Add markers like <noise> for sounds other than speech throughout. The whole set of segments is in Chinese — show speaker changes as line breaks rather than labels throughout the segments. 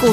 股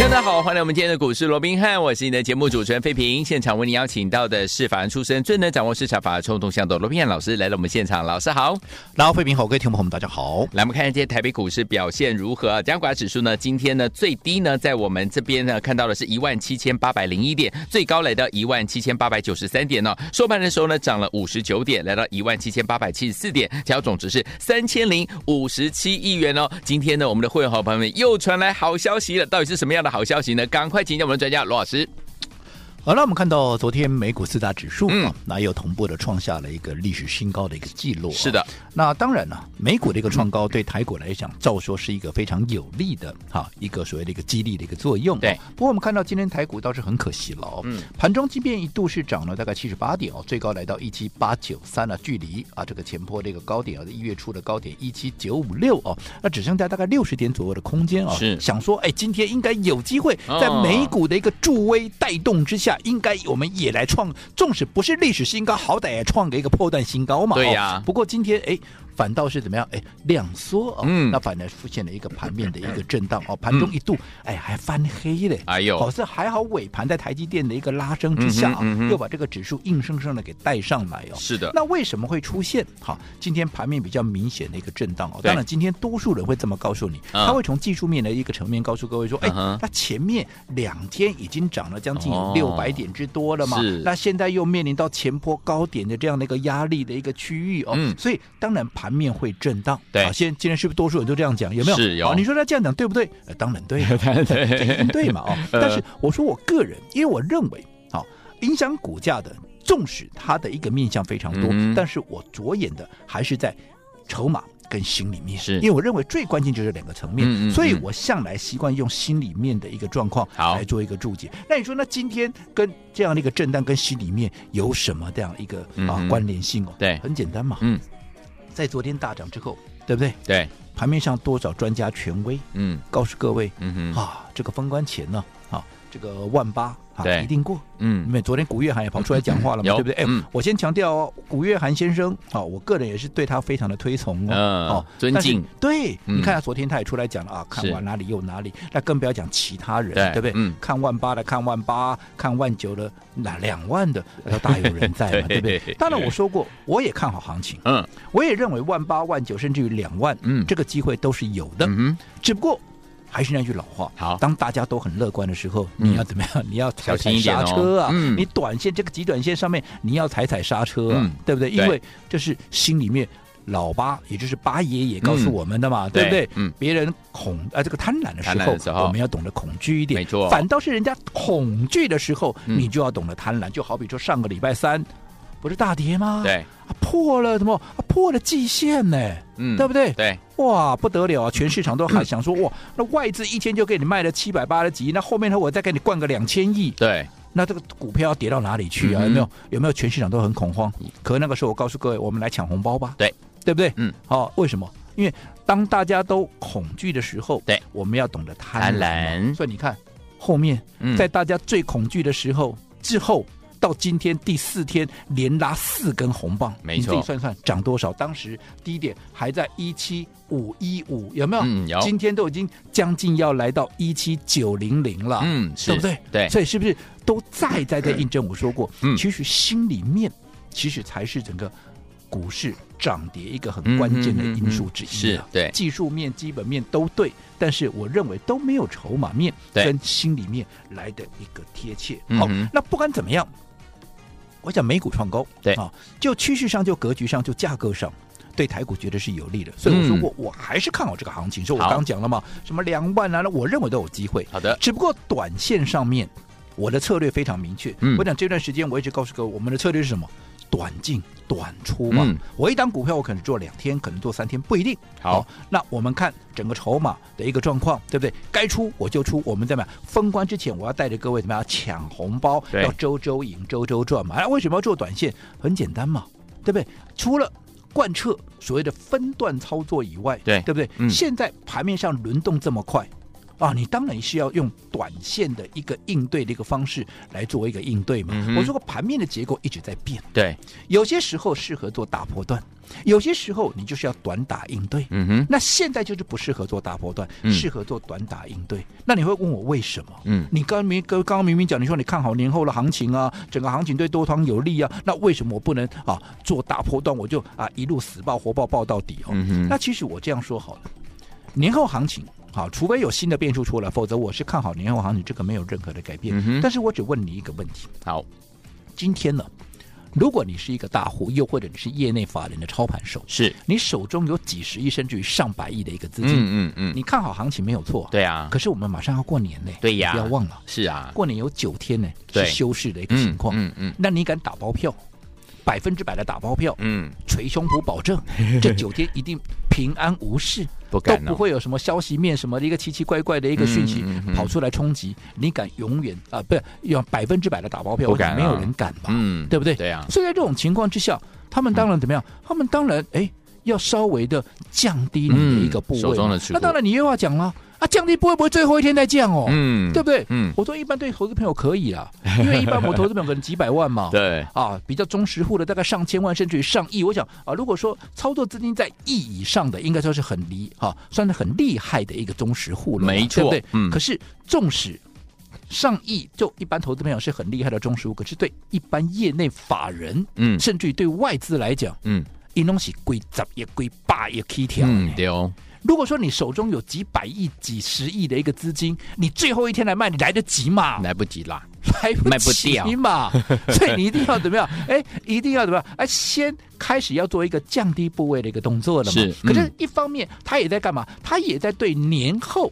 大家好，欢迎来我们今天的股市罗宾汉，我是你的节目主持人费平。现场为您邀请到的是法案出身、最能掌握市场法冲动向的罗宾汉老师来到我们现场，老师好。
然后，费平好，各位听众朋友们，大家好。
来，我们看一下今天台北股市表现如何、啊？加权指数呢，今天呢最低呢，在我们这边呢看到的是一万七千八百零一点，最高来到一万七千八百九十三点哦。收盘的时候呢，涨了五十九点，来到一万七千八百七十四点，成交总值是三千零五十七亿元哦。今天呢，我们的会员好朋友们又传来好消息了，到底是什么样的好消息呢？赶快请教我们的专家罗老师。
好了，那我们看到昨天美股四大指数
嗯
啊，那又同步的创下了一个历史新高的一个记录。啊
是的，
那当然了、美股的一个创高对台股来讲，照说是一个非常有利的哈、一个所谓的一个激励的一个作用、啊
对，
不过我们看到今天台股倒是很可惜了哦，
嗯
盘中即便一度是涨了大概七十八点哦，最高来到一七八九三了，距离啊这个前坡的一个高点啊，一月初的高点一七九五六哦，那只剩下大概六十点左右的空间哦。
是
想说，哎，今天应该有机会
哦
在美股的一个助威带动之下，应该我们也来创，纵使不是历史新高，好歹也创个一个破断新高嘛。
对
哦
呀
不过今天哎。反倒是怎么样？哎，量缩哦，
嗯
那反而出现了一个盘面的一个震荡哦，盘中一度、哎还翻黑嘞，
哎呦
好是还好尾盘在台积电的一个拉升之下、啊
嗯哼嗯哼
又把这个指数硬生生的给带上来哦。
是的
那为什么会出现好今天盘面比较明显的一个震荡哦？
对
当然，今天多数人会这么告诉你，
嗯
他会从技术面的一个层面告诉各位说，哎、
嗯哼
那前面两天已经涨了将近
哦
有六百点之多了嘛，
是
那现在又面临到前坡高点的这样的一个压力的一个区域哦，
嗯
所以当然盘面会震荡。
对
好现今天是不是多数人都这样讲？有没有？
是有
好你说他这样讲对不对？呃，当然
<laughs>
对、啊，
对
对嘛哦。
呃
但是我说我个人，因为我认为，好、影响股价的，纵使它的一个面向非常多，
嗯哼
但是我着眼的还是在筹码。跟心里面，
是
因为我认为最关键就是两个层面，
嗯嗯嗯
所以我向来习惯用心里面的一个状况
好
来做一个注解。那你说，那今天跟这样的一个震荡跟心里面有什么这样一个、
嗯
啊
哼
关联性哦？
对
很简单嘛，
<laughs> 嗯，
在昨天大涨之后，对不对？
对，
盘面上多少专家权威
嗯
告诉各位，
嗯哼，
啊，这个封关前呢，啊，这个万八啊
对
一定过。因
嗯，
为昨天古月涵也跑出来讲话了嘛，
有
对不对？哎、
嗯
我先强调哦，古月涵先生啊，我个人也是对他非常的推崇哦，
嗯
哦，
尊
但是
敬。
对，
嗯
你看他昨天他也出来讲了啊，看
是
完哪里又哪里，那更不要讲其他人，
对
对不对？
嗯
看万八的，看万八，看万九的，那两
<laughs>
万的都大有人在嘛，
对
对不对？当然我说过，我也看好行情，
嗯
我也认为万八、万九甚至于两万，
嗯
这个机会都是有的。
嗯哼，嗯
只不过还是那句老话，
好
当大家都很乐观的时候，
嗯
你要怎么样？你 <laughs> 要踩
小心
踩
一点哦
刹车啊！
嗯
你短线这个极短线上面，你要踩踩刹车啊，
嗯
对不对？
对
因为这是心里面。老八，也就是八爷也告诉我们的嘛，对不
对
对？
嗯
别人恐啊、这个贪婪的时
贪婪
候，
的时候
我们要懂得恐惧一点，
没错
反倒是人家恐惧的时候，
嗯
你就要懂得贪婪。就好比说上个礼拜三，不是大跌吗？
对，
啊，破了什么？啊破了季线呢、
嗯，
对不对？
对，
哇，不得了啊！全市场都
<clears throat>
还想说，哇，那外资一天就给你卖了七百八十几亿，那后面呢，我再给你灌个两千亿，
对，
那这个股票要跌到哪里去啊？
嗯
有没有？有没有？全市场都很恐慌。可那个时候，我告诉各位，我们来抢红包吧，
对，
对不对？
嗯，
哦，为什么？因为当大家都恐惧的时候，
对，
我们要懂得贪婪嘛。
贪婪
所以你看，后面
嗯
在大家最恐惧的时候之后。到今天第四天连拉四根红棒，
没
你自己
错
算算涨多少？当时低点还在一七五一五，有没有？
嗯有
今天都已经将近要来到一七九零零了，
嗯，是
啊对不对？
对，
所以是不是都再再在印证我说过，
嗯
其实心里面其实才是整个股市涨跌一个
嗯
很关键的因素之一、
嗯嗯嗯嗯
啊
是对
技术面、基本面都对，但是我认为都没有筹码面
对
跟心里面来的一个贴切。
嗯
好
哼，
那不管怎么样，我想美股创高，
对
啊，就趋势上、就格局上、就架构上。对台股绝对是有利的，所以我说
嗯
过，我还是看好这个行情。所以我
好
刚讲了嘛，什么两万啊，那我认为都有机会。
好的，
只不过短线上面，我的策略非常明确。
嗯
我讲这段时间我一直告诉各位，我们的策略是什么？短进短出嘛。
嗯
我一档股票，我可能做两天，可能做三天，不一定。
好
那我们看整个筹码的一个状况，对不对？该出我就出，我们在买封关之前，我要带着各位怎么样抢红包，
对
要周周赢，周周赚嘛。哎，为什么要做短线？很简单嘛，对不对？除了贯彻所谓的分段操作以外，
对
对不对？
嗯
现在盘面上轮动这么快。啊，你当然是要用短线的一个应对的一个方式来做一个应对嘛。
嗯哼
我说过，盘面的结构一直在变，
对，
有些时候适合做大波段，有些时候你就是要短打应对。
嗯哼，
那现在就是不适合做大波段，
嗯
适合做短打应对。那你会问我为什么？
嗯
你刚明刚刚明明讲，你说你看好年后的行情啊，整个行情对多方有利啊，那为什么我不能啊做大波段，我就啊一路死抱活抱抱到底哦？
嗯哼
那其实我这样说好了，年后行情。好，除非有新的变数出来，否则我是看好年后行情，这个没有任何的改变。
嗯哼
但是我只问你一个问题：
好，
今天呢，如果你是一个大户，又或者你是业内法人的操盘手，
是，
你手中有几十亿甚至于上百亿的一个资金，
嗯嗯嗯，
你看好行情没有错，
对啊，
可是我们马上要过年呢，
对呀
你不要忘了，
是啊，
过年有九天呢
对
是休市的一个情况，
嗯嗯
那你敢打包票，百分之百的打包票，
嗯，
捶胸脯保证，这九天一定平安无事，
不
都
敢
不
哦，
会有什么消息面什么的一个奇奇怪怪的一个讯息
嗯嗯嗯嗯
跑出来冲击，你敢永远啊、不是要百分之百的打包票，
不敢啊
我想没有人敢吧，
嗯
对不对？
对啊，
所以在这种情况之下，他们当然怎么
嗯
样？他们当然哎，要稍微的降低你的一个部位
嗯手
嘛、
中的持股
那当然，你又要讲了啊，降低部位不会最后一天再降哦，
嗯
对不对？
嗯，。
我说一般对投资朋友可以啦，因为一般我们投资朋友可能几百万嘛
<laughs> 对，
啊，比较忠实户的大概上千万甚至于上亿，我想啊，如果说操作资金在亿以上的，应该说是很厉啊，算是很厉害的一个忠实户了嘛，
没错
对不对？
嗯
可是纵使上亿，就一般投资朋友是很厉害的忠实户，可是对一般业内法人，
嗯
甚至于对外资来讲，
嗯
一东西归十也归八也 K 条。
嗯，对哦，
如果说你手中有几百亿、几十亿的一个资金，你最后一天来卖，你来得及吗？
来不及啦，
来
卖不
不及
掉
嘛，
<laughs>
所以你一定要怎么样？哎，一定要怎么样？哎，先开始要做一个降低部位的一个动作了嘛。
是嗯
可是一方面，他也在干嘛？他也在对年后。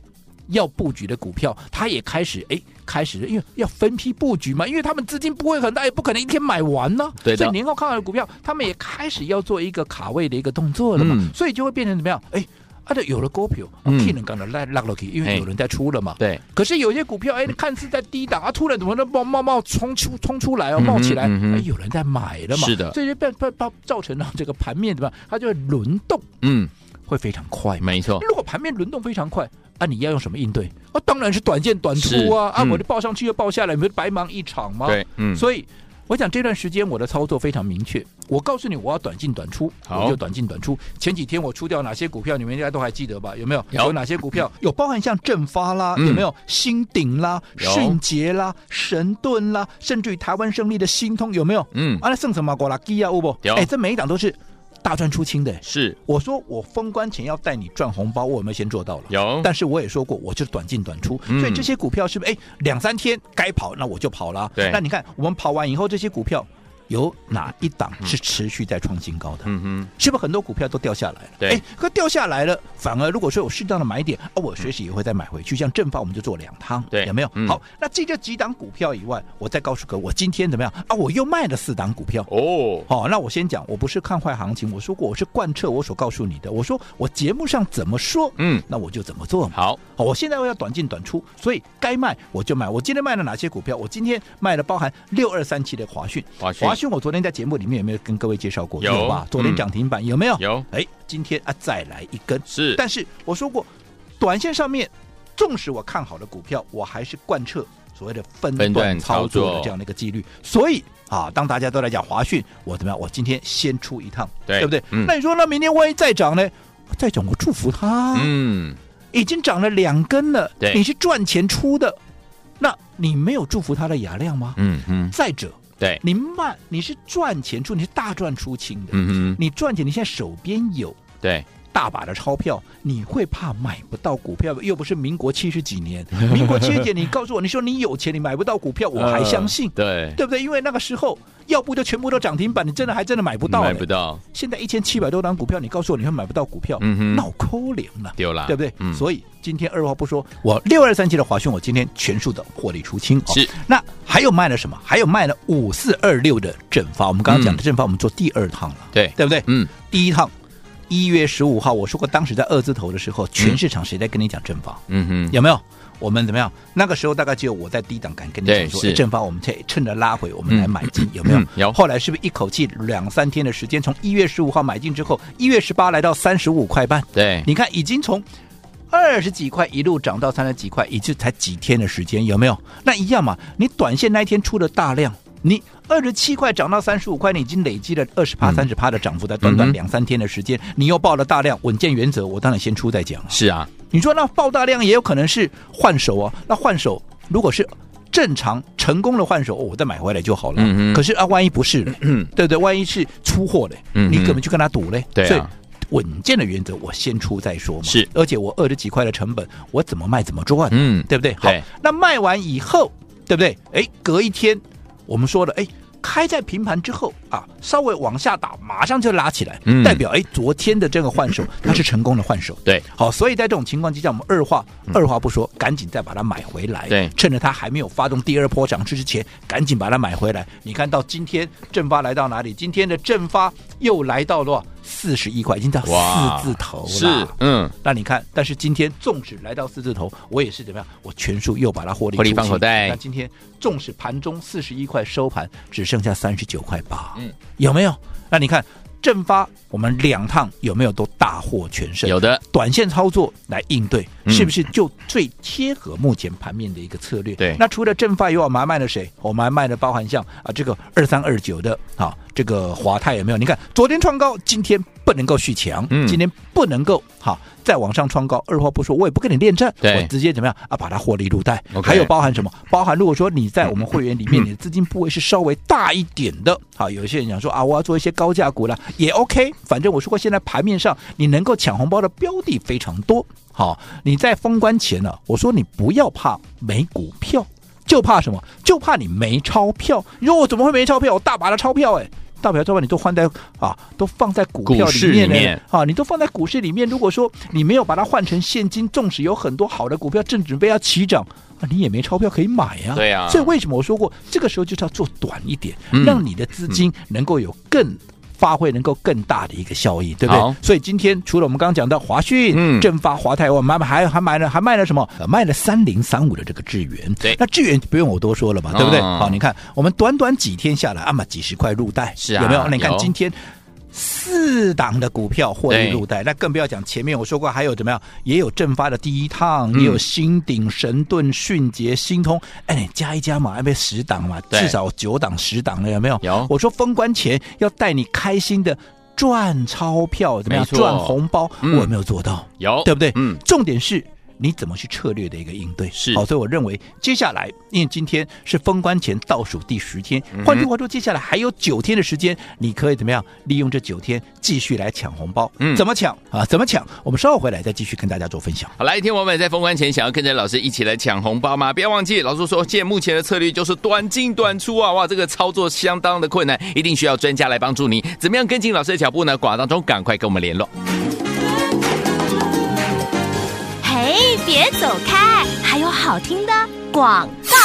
要布局的股票，他也开始哎，开始因为要分批布局嘛，因为他们资金不会很大，也不可能一天买完呢、
对的
所以年后看好的股票，他们也开始要做一个卡位的一个动作了嘛，
嗯
所以就会变成怎么样？哎，啊，对，有了股票，
嗯哎
可能刚才拉拉落去，因
嘿
为有人在出了嘛，
对，
可是有些股票，哎，看似在低档啊，突然怎么能冒冒冒冲出冲出来哦，
嗯哼
冒起来，
嗯哼
哎，有人在买了嘛，
是的
所以就变变变造成了这个盘面怎么样，它就会轮动
嗯，
会非常快嘛。
没错，
如果盘面轮动非常快，啊，你要用什么应对？啊，当然是短线短
是
出啊，啊，
嗯
我就报上去又报下来，你不是白忙一场吗？，
对，嗯，
所以我讲这段时间我的操作非常明确，我告诉你我要短进短出，
好
我就短进短出。前几天我出掉哪些股票，你们应该都还记得吧？有没有？
有
哪些
<laughs>
股票？有包含像正发啦，
嗯
有没有？新鼎啦、
有
迅捷啦、神盾啦，甚至于台湾胜利的新通有没有？
嗯
啊，那剩什么？果拉基啊，乌不？
有
哎，这每一档都是大赚出清的。哎
是
我说我封关前要带你赚红包，我有没有先做到了？
有，
但是我也说过，我就是短进短出，
嗯
所以这些股票是不是哎两三天该跑那我就跑了啊。
对
那你看我们跑完以后，这些股票有哪一档是持续在创新高的？
嗯哼，
是不是很多股票都掉下来了？
对
哎，可掉下来了，反而如果说有适当的买点，啊，我随时也会再买回去。像正发我们就做两趟，
对
有没有？
嗯
好，那这就几档股票以外，我再告诉各位，我今天怎么样啊？我又卖了四档股票，
哦，
好、那我先讲，我不是看坏行情，我说过我是贯彻我所告诉你的，我说我节目上怎么说，
嗯，
那我就怎么做嘛。
好，
好，我现在要短进短出，所以该卖我就卖。我今天卖了哪些股票？我今天卖了包含六二三七的华讯，
华讯
华讯我昨天在节目里面有没有跟各位介绍过？
有
吧？昨天
嗯
涨停板、有没有？
有
哎，今天啊再来一根，
是，
但是我说过，短线上面，纵使我看好的股票，我还是贯彻所谓的分
分段
段
操
操
作
作的这样的一个纪律。所以啊，当大家都来讲华讯，我怎么样？我今天先出一趟，
对
不对？
嗯
那你说，那明天万一再涨呢？再涨，我祝福他。
嗯，
已经涨了两根了，
对
你是赚钱出的，那你没有祝福他的雅量吗？
嗯哼，
再者，
对，
你慢，你是赚钱出，你是大赚出清的，
嗯哼，
你赚钱，你现在手边有
对，
大把的钞票，你会怕买不到股票？又不是民国七十几
<laughs>
年，民国七十几年，你告诉我，你说你有钱，你买不到股票，我还相信
呃，对，
对不对？因为那个时候，要不就全部都涨停板，你真的还真的买不到
买
嘞。
不到，
现在一千七百多张股票，你告诉我你会买不到股票，
嗯哼
闹抠脸了。
丢啦，
对不对？
嗯，
所以今天二话不说，我六二三七的华讯，我今天全数的获利出清。哦
是，
那还有卖了什么？还有卖了五四二六的正发，我们刚刚讲的正发，我们做第二趟了，
对，
对不对？
嗯，
第一趟一月十五号，我说过，当时在二字头的时候，全市场谁在跟你讲正发？
嗯哼，
有没有？我们怎么样？那个时候大概只有我在低档敢跟你讲说，
对是
哎正方我们趁趁着拉回，我们来买进，有没有
嗯？有
后来是不是一口气两三天的时间，从一月十五号买进之后，一月十八来到三十五块半，
对，
你看已经从。二十几块一路涨到三十几块，也就才几天的时间，有没有？那一样嘛，你短线那一天出了大量，你二十七块涨到三十五块，你已经累积了二十趴、
嗯
三十趴的涨幅，在短短
嗯哼
两三天的时间，你又爆了大量，稳健原则，我当然先出再讲啊。
是啊，
你说那爆大量也有可能是换手啊，那换手如果是正常成功的换手，哦我再买回来就好了。
嗯哼
可是啊，万一不是呢，
嗯
对不对？万一是出货的，
嗯哼
你怎么去跟他赌嘞？
对啊
所以稳健的原则，我先出再说嘛。
是
而且我二十几块的成本，我怎么卖怎么赚，啊
嗯，
对不对？好
对，
那卖完以后，对不对？哎，隔一天我们说了，哎。开在平盘之后啊，稍微往下打，马上就拉起来，
嗯
代表哎，昨天的这个换手它是成功的换手，
对，
好，所以在这种情况之下，我们二话二话不说，赶紧再把它买回来。
嗯对
趁着它还没有发动第二波涨势之前，赶紧把它买回来。你看到今天正发来到哪里？今天的正发又来到了四十一块，已经到
哇
四字头了。
是，嗯，
那你看，但是今天纵使来到四字头，我也是怎么样？我全数又把它获利
获利
出
放
清
口袋
那今天纵使盘中四十一块收盘，只剩下三十九块八，
嗯，
有没有？那你看正发，我们两趟有没有都大获全胜？
有的，
短线操作来应对，
嗯
是不是就最贴合目前盘面的一个策略？
对
那除了正发以外，我们还卖了谁？我们还卖了包含像啊这个二三二九的啊这个华泰有没有？你看昨天创高，今天不能够续强，
嗯
今天不能够哈、再往上创高，二话不说，我也不跟你恋战，
对
我直接怎么样啊把它获利入袋。
OK
还有包含什么？包含如果说你在我们会员里面，你的资金部位是稍微大一点的，
嗯
好，有一些人讲说啊，我要做一些高价股了，也 OK，反正我说过，现在盘面上你能够抢红包的标的非常多。好，你在封关前呢、我说你不要怕没股票，就怕什么？就怕你没钞票。你说我怎么会没钞票？我大把的钞票哎、大把的钞票你都换在啊，都放在股票
股市
里面呢
里面
啊，你都放在股市里面。如果说你没有把它换成现金，纵使有很多好的股票正准备要起涨啊，你也没钞票可以买呀、
对啊
所以为什么我说过，这个时候就是要做短一点，
嗯
让你的资金能够有更。发挥能够更大的一个效益，对不
好
对？所以今天除了我们刚刚讲到华讯、
嗯
正发、华泰，我们还还买了还卖了什么？呃卖了三零三五的这个智源。
对
那智源不用我多说了吧，对不对？
嗯
好，你看我们短短几天下来，啊嘛几十块入袋，
是啊
有没有？那你看
有
今天四档的股票获利
对
入袋，那更不要讲前面我说过还有怎么样，也有正发的第一趟，
嗯
也有新鼎、神盾、迅捷、新通，哎，你加一加嘛，还没十档嘛，
对
至少九档十档了，有没有？
有
我说封关前要带你开心的。赚钞票怎么样？
没错
赚红包，
嗯
我有没有做到？
有，
对不对？
嗯，
重点是你怎么去策略的一个应对。
是
好，所以我认为接下来，因为今天是封关前倒数第十天，换句话说，接下来还有九天的时间，你可以怎么样利用这九天继续来抢红包？
嗯
怎么抢啊？怎么抢？我们稍后回来再继续跟大家做分享。
好，来，天王们在封关前想要跟着老师一起来抢红包吗？不要忘记，老师说现在目前的策略就是短进短出啊！哇，这个操作相当的困难，一定需要专家来帮助你。怎么样跟进老师的脚步呢？广告当中赶快跟我们联络。
嘿，别走开，还有好听的广告。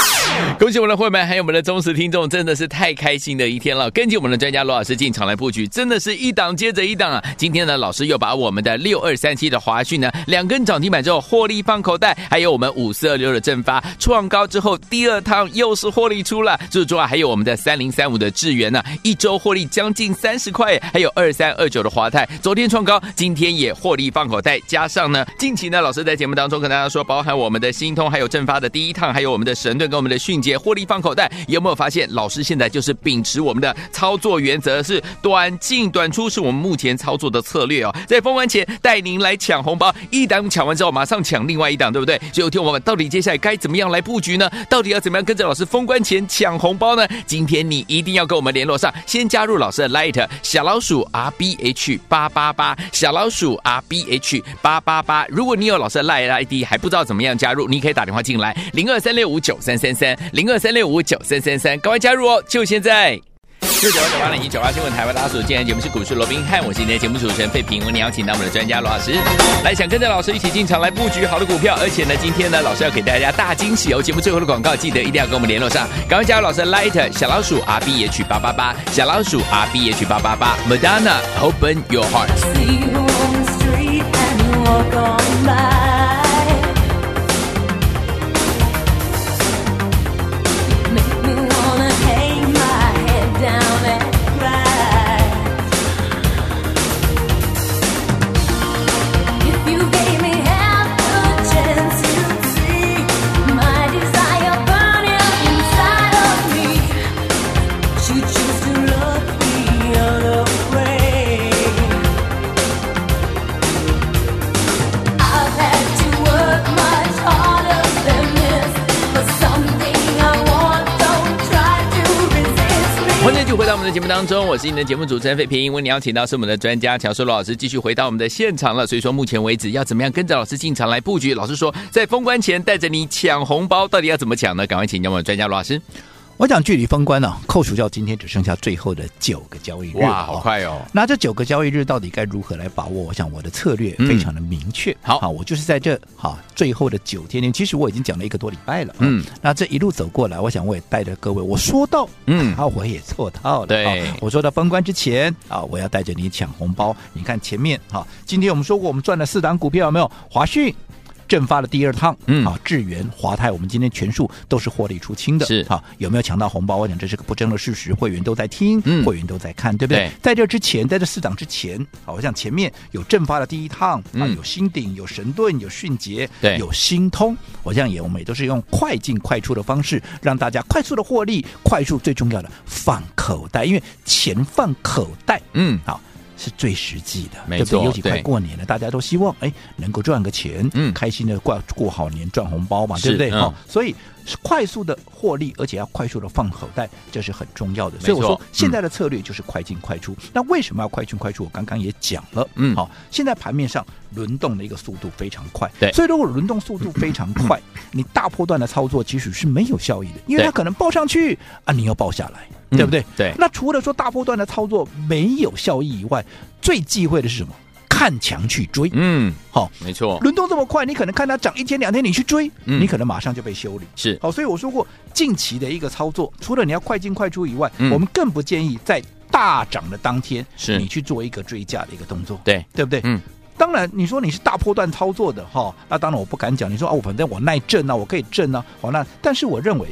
恭喜我们的会员，还有我们的忠实听众，真的是太开心的一天了。跟紧我们的专家罗老师进场来布局，真的是一档接着一档啊！今天呢，老师又把我们的六二三七的华讯呢，两根涨停板之后获利放口袋，还有我们五四二六的正发创高之后第二趟又是获利出了，就是说啊，还有我们的三零三五的智源呢、一周获利将近三十块，还有二三二九的华泰，昨天创高，今天也获利放口袋，加上呢，近期呢，老师在节目当中跟大家说，包含我们的新通，还有正发的第一趟，还有我们的神盾跟我们的迅捷获利放口袋，有没有发现老师现在就是秉持我们的操作原则，是短进短出，是我们目前操作的策略哦。在封完前带您来抢红包，一档抢完之后马上抢另外一档，对不对？所以有听我们到底接下来该怎么样来布局呢？到底要怎么样跟着老师封关前抢红包呢？今天你一定要跟我们联络上，先加入老师的 Light 小老鼠 R B H 八八八小老鼠 R B H 八八八。如果你有老师的 Light ID 还不知道怎么样加入，你可以打电话进来零二三六五九三三三零二三六五九三三三，赶快加入哦，就现在。六九九八零一九八新闻台湾大家所见，今天节目是股市罗宾汉，我是今天的节目主持人费平，我们邀请到我们的专家罗老师来，想跟着老师一起进场来布局好的股票，而且呢，今天呢，老师要给大家大惊喜哦！节目最后的广告记得一定要跟我们联络上，赶快加入老师的 Light 小老鼠 R B H 八八八小老鼠 R B H 八八八 Madonna Open Your Heart。
See you on the street and walk on by.
回到我们的节目当中，我是你的节目主持人费平。为你邀请到是我们的专家乔舒罗老师，继续回到我们的现场了。所以说，目前为止要怎么样跟着老师进场来布局？老师说，在封关前带着你抢红包，到底要怎么抢呢？赶快请教我们的专家罗老师。
我讲距离封关呢、扣除掉今天只剩下最后的九个交易日了
哇，
哦
好快哦！
那这九个交易日到底该如何来把握？我想我的策略非常的明确。
嗯好
我就是在这好最后的九天里，其实我已经讲了一个多礼拜了。啊
嗯，
那这一路走过来，我想我也带着各位，我说到，
嗯
啊，我也做到了。
对
啊我说到封关之前啊，我要带着你抢红包。你看前面啊，今天我们说过，我们赚了四档股票，有没有？华讯。正发的第二趟，
嗯
啊，智源、华泰，我们今天全数都是获利出清的，
是
啊，有没有抢到红包？我想这是个不争的事实，会员都在听，
嗯
会员都在看，对不对？
对
在这之前，在这四档之前，好像前面有正发的第一趟，啊，
嗯
有新鼎，有神盾，有迅捷，
对
有新通，我这样也我们也都是用快进快出的方式，让大家快速的获利，快速最重要的放口袋，因为钱放口袋，
嗯，
好。是最实际的，
没
对不对
错
尤其快
对
过年了，大家都希望哎能够赚个钱，
嗯
开心的过过好年，赚红包嘛，
是
对不
嗯
对？哦，所以是快速的获利，而且要快速的放口袋，这是很重要的。所以我
没错
说
嗯
现在的策略就是快进快出。那为什么要快进快出？我刚刚也讲了，
嗯
好、现在盘面上轮动的一个速度非常快，
对
所以如果轮动速度非
<coughs>
常快，你大波段的操作其实是没有效益的，因为
对
它可能报上去啊，你又报下来，
嗯
对不对？
对
那除了说大波段的操作没有效益以外，最忌讳的是什么？看强去追，
嗯，
好、
没错，
轮动这么快，你可能看它涨一天两天，你去追，
嗯
你可能马上就被修理。
是
好，所以我说过，近期的一个操作，除了你要快进快出以外，
嗯
我们更不建议在大涨的当天，
是
你去做一个追价的一个动作，
对，
对不对？
嗯，
当然，你说你是大波段操作的哈、那当然我不敢讲。你说啊，我反正我耐震啊，我可以震啊，好那，但是我认为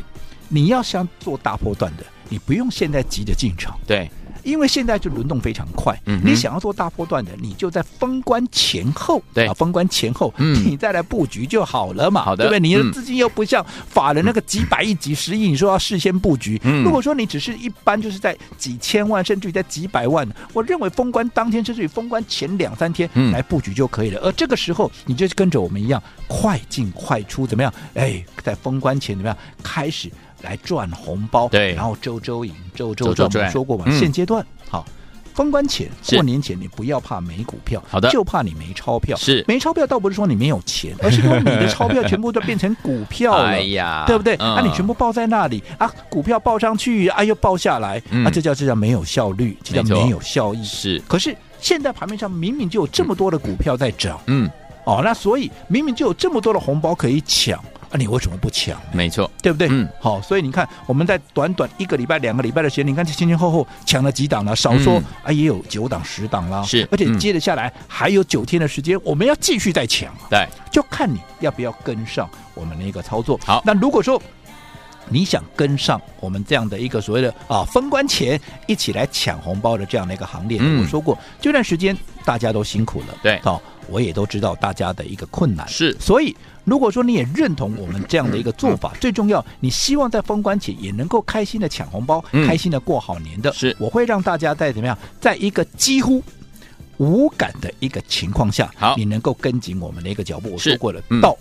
你要想做大波段的，你不用现在急着进场，
对，
因为现在就轮动非常快。
嗯哼
你想要做大波段的，你就在封关前后，
对
啊，封关前后，
嗯
你再来布局就好了嘛，
好的
对不对？你
嗯
的资金又不像法人那个几百亿、几十亿，你说要事先布局。
嗯
如果说你只是一般就是在几千万，甚至于在几百万，我认为封关当天，甚至于封关前两三天
嗯
来布局就可以了。而这个时候，你就跟着我们一样，快进快出，怎么样？哎，在封关前怎么样开始？来赚红包，
对
然后周周赢，周周
周周
赚。我
赚
们说过嘛，
嗯
现阶段好，封关前、
是
过年前，你不要怕没股票，
好的
就怕你没钞票。
是
没钞票，倒不是说你没有钱，而是说你的钞票全部都变成股票了。
哎呀
对不对？
嗯
啊，你全部报在那里啊，股票报上去，啊又报下来，
嗯
啊，这叫这叫没有效率，这
没
叫
错
没有效益。
嗯是，
可是现在盘面上明明就有这么多的股票在涨、
嗯，
哦，那所以明明就有这么多的红包可以抢，啊，你为什么不抢？
没错，
对不对？
嗯，
好，所以你看，我们在短短一个礼拜、两个礼拜的时间，你看这前前后后抢了几档了，少说、
嗯
啊也有九档、十档啦。
是
而且
嗯
接着下来还有九天的时间，我们要继续再抢啊，
对，
就看你要不要跟上我们的一个操作。
好
那如果说你想跟上我们这样的一个所谓的啊封关前一起来抢红包的这样的一个行列，
嗯
我说过这段时间大家都辛苦了，
对
好、我也都知道大家的一个困难，
是
所以，如果说你也认同我们这样的一个做
嗯
法，最重要，你希望在封关前也能够开心的抢红包，
嗯
开心的过好年的，
是
我会让大家在怎么样，在一个几乎。无感的一个情况下，
好
你能够跟紧我们的一个脚步。我
是
说过了，
嗯
到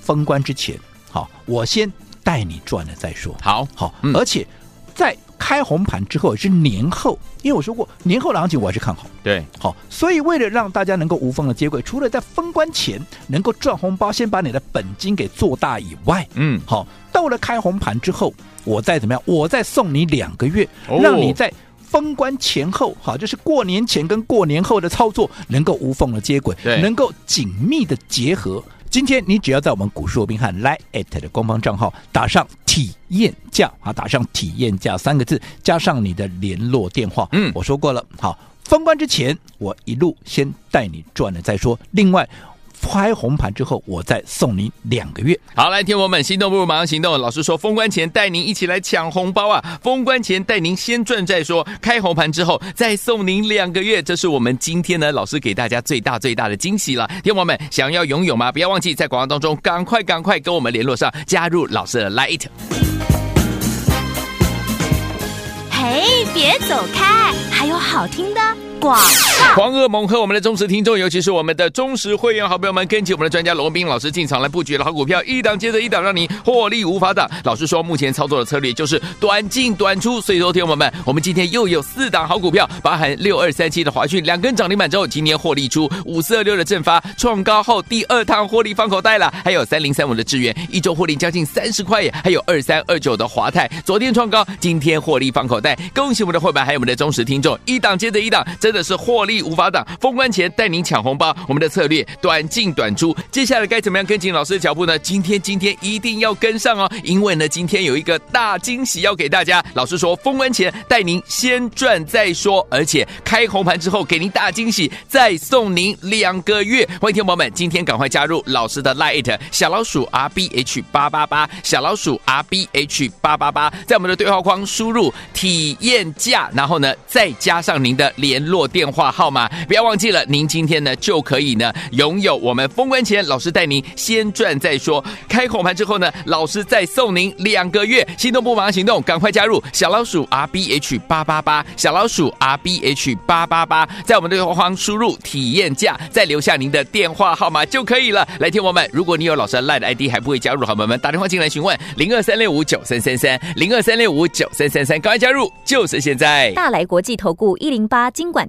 封关之前，好，我先带你赚了再说。
好，
好，
嗯
而且在开红盘之后也是年后，因为我说过年后的行情我还是看好。
对，
好，所以为了让大家能够无缝的接轨，除了在封关前能够赚红包，先把你的本金给做大以外，
嗯，
好，到了开红盘之后，我再怎么样，我再送你两个月，
哦
让你在。封关前后，好，就是过年前跟过年后的操作能够无缝的接轨
对，
能够紧密的结合。今天你只要在我们股市罗宾汉 Line at 的官方账号打上体验价啊，打上体验价三个字，加上你的联络电话。
嗯
我说过了，好，封关之前我一路先带你赚了再说。另外，开红盘之后，我再送你两个月。
好，来，听友们，心动不如马上行动。老师说，封关前带您一起来抢红包啊！封关前带您先赚再说，开红盘之后再送您两个月，这是我们今天呢老师给大家最大最大的惊喜了。听友们，想要拥有吗？不要忘记在广告当中赶快赶快跟我们联络上，加入老师的 Light。
嘿，别走开，还有好听的广告。
<laughs> 狂恶猛和我们的忠实听众，尤其是我们的忠实会员好朋友们，跟起我们的专家龙斌老师进场来布局了好股票，一档接着一档，让你获利无法挡。老师说，目前操作的策略就是短进短出，所以说，听我们，我们今天又有四档好股票，包含六二三七的华讯两根涨停板之后，今天获利出五四二六的正发创高后第二趟获利放口袋了，还有三零三五的智源一周获利将近三十块耶，还有二三二九的华泰昨天创高，今天获利放口袋，恭喜我们的会员还有我们的忠实听众，一档接着一档，真的是获利无法挡。封关前带您抢红包，我们的策略短进短出，接下来该怎么样跟紧老师的脚步呢？今天今天一定要跟上哦，因为呢今天有一个大惊喜要给大家。老师说封关前带您先赚再说，而且开红盘之后给您大惊喜，再送您两个月。欢迎听众朋友们，今天赶快加入老师的 Light 小老鼠 R B H 八八八，小老鼠 R B H 八八八，在我们的对话框输入体验价，然后呢再加上您的联络电话号码，不要忘记了，您今天呢就可以呢拥有我们封关前老师带您先赚再说，开红盘之后呢，老师再送您两个月，心动不忙行动，赶快加入小老鼠 R B H 八八八，小老鼠 R B H 八八八，在我们的对话框输入体验价，再留下您的电话号码就可以了。来，听我们，如果你有老师的 Line 的 ID 还不会加入，好朋友们打电话进来询问零二三六五九三三三零二三六五九三三三，赶快加入，就是现在。
大来国际投顾一零八金管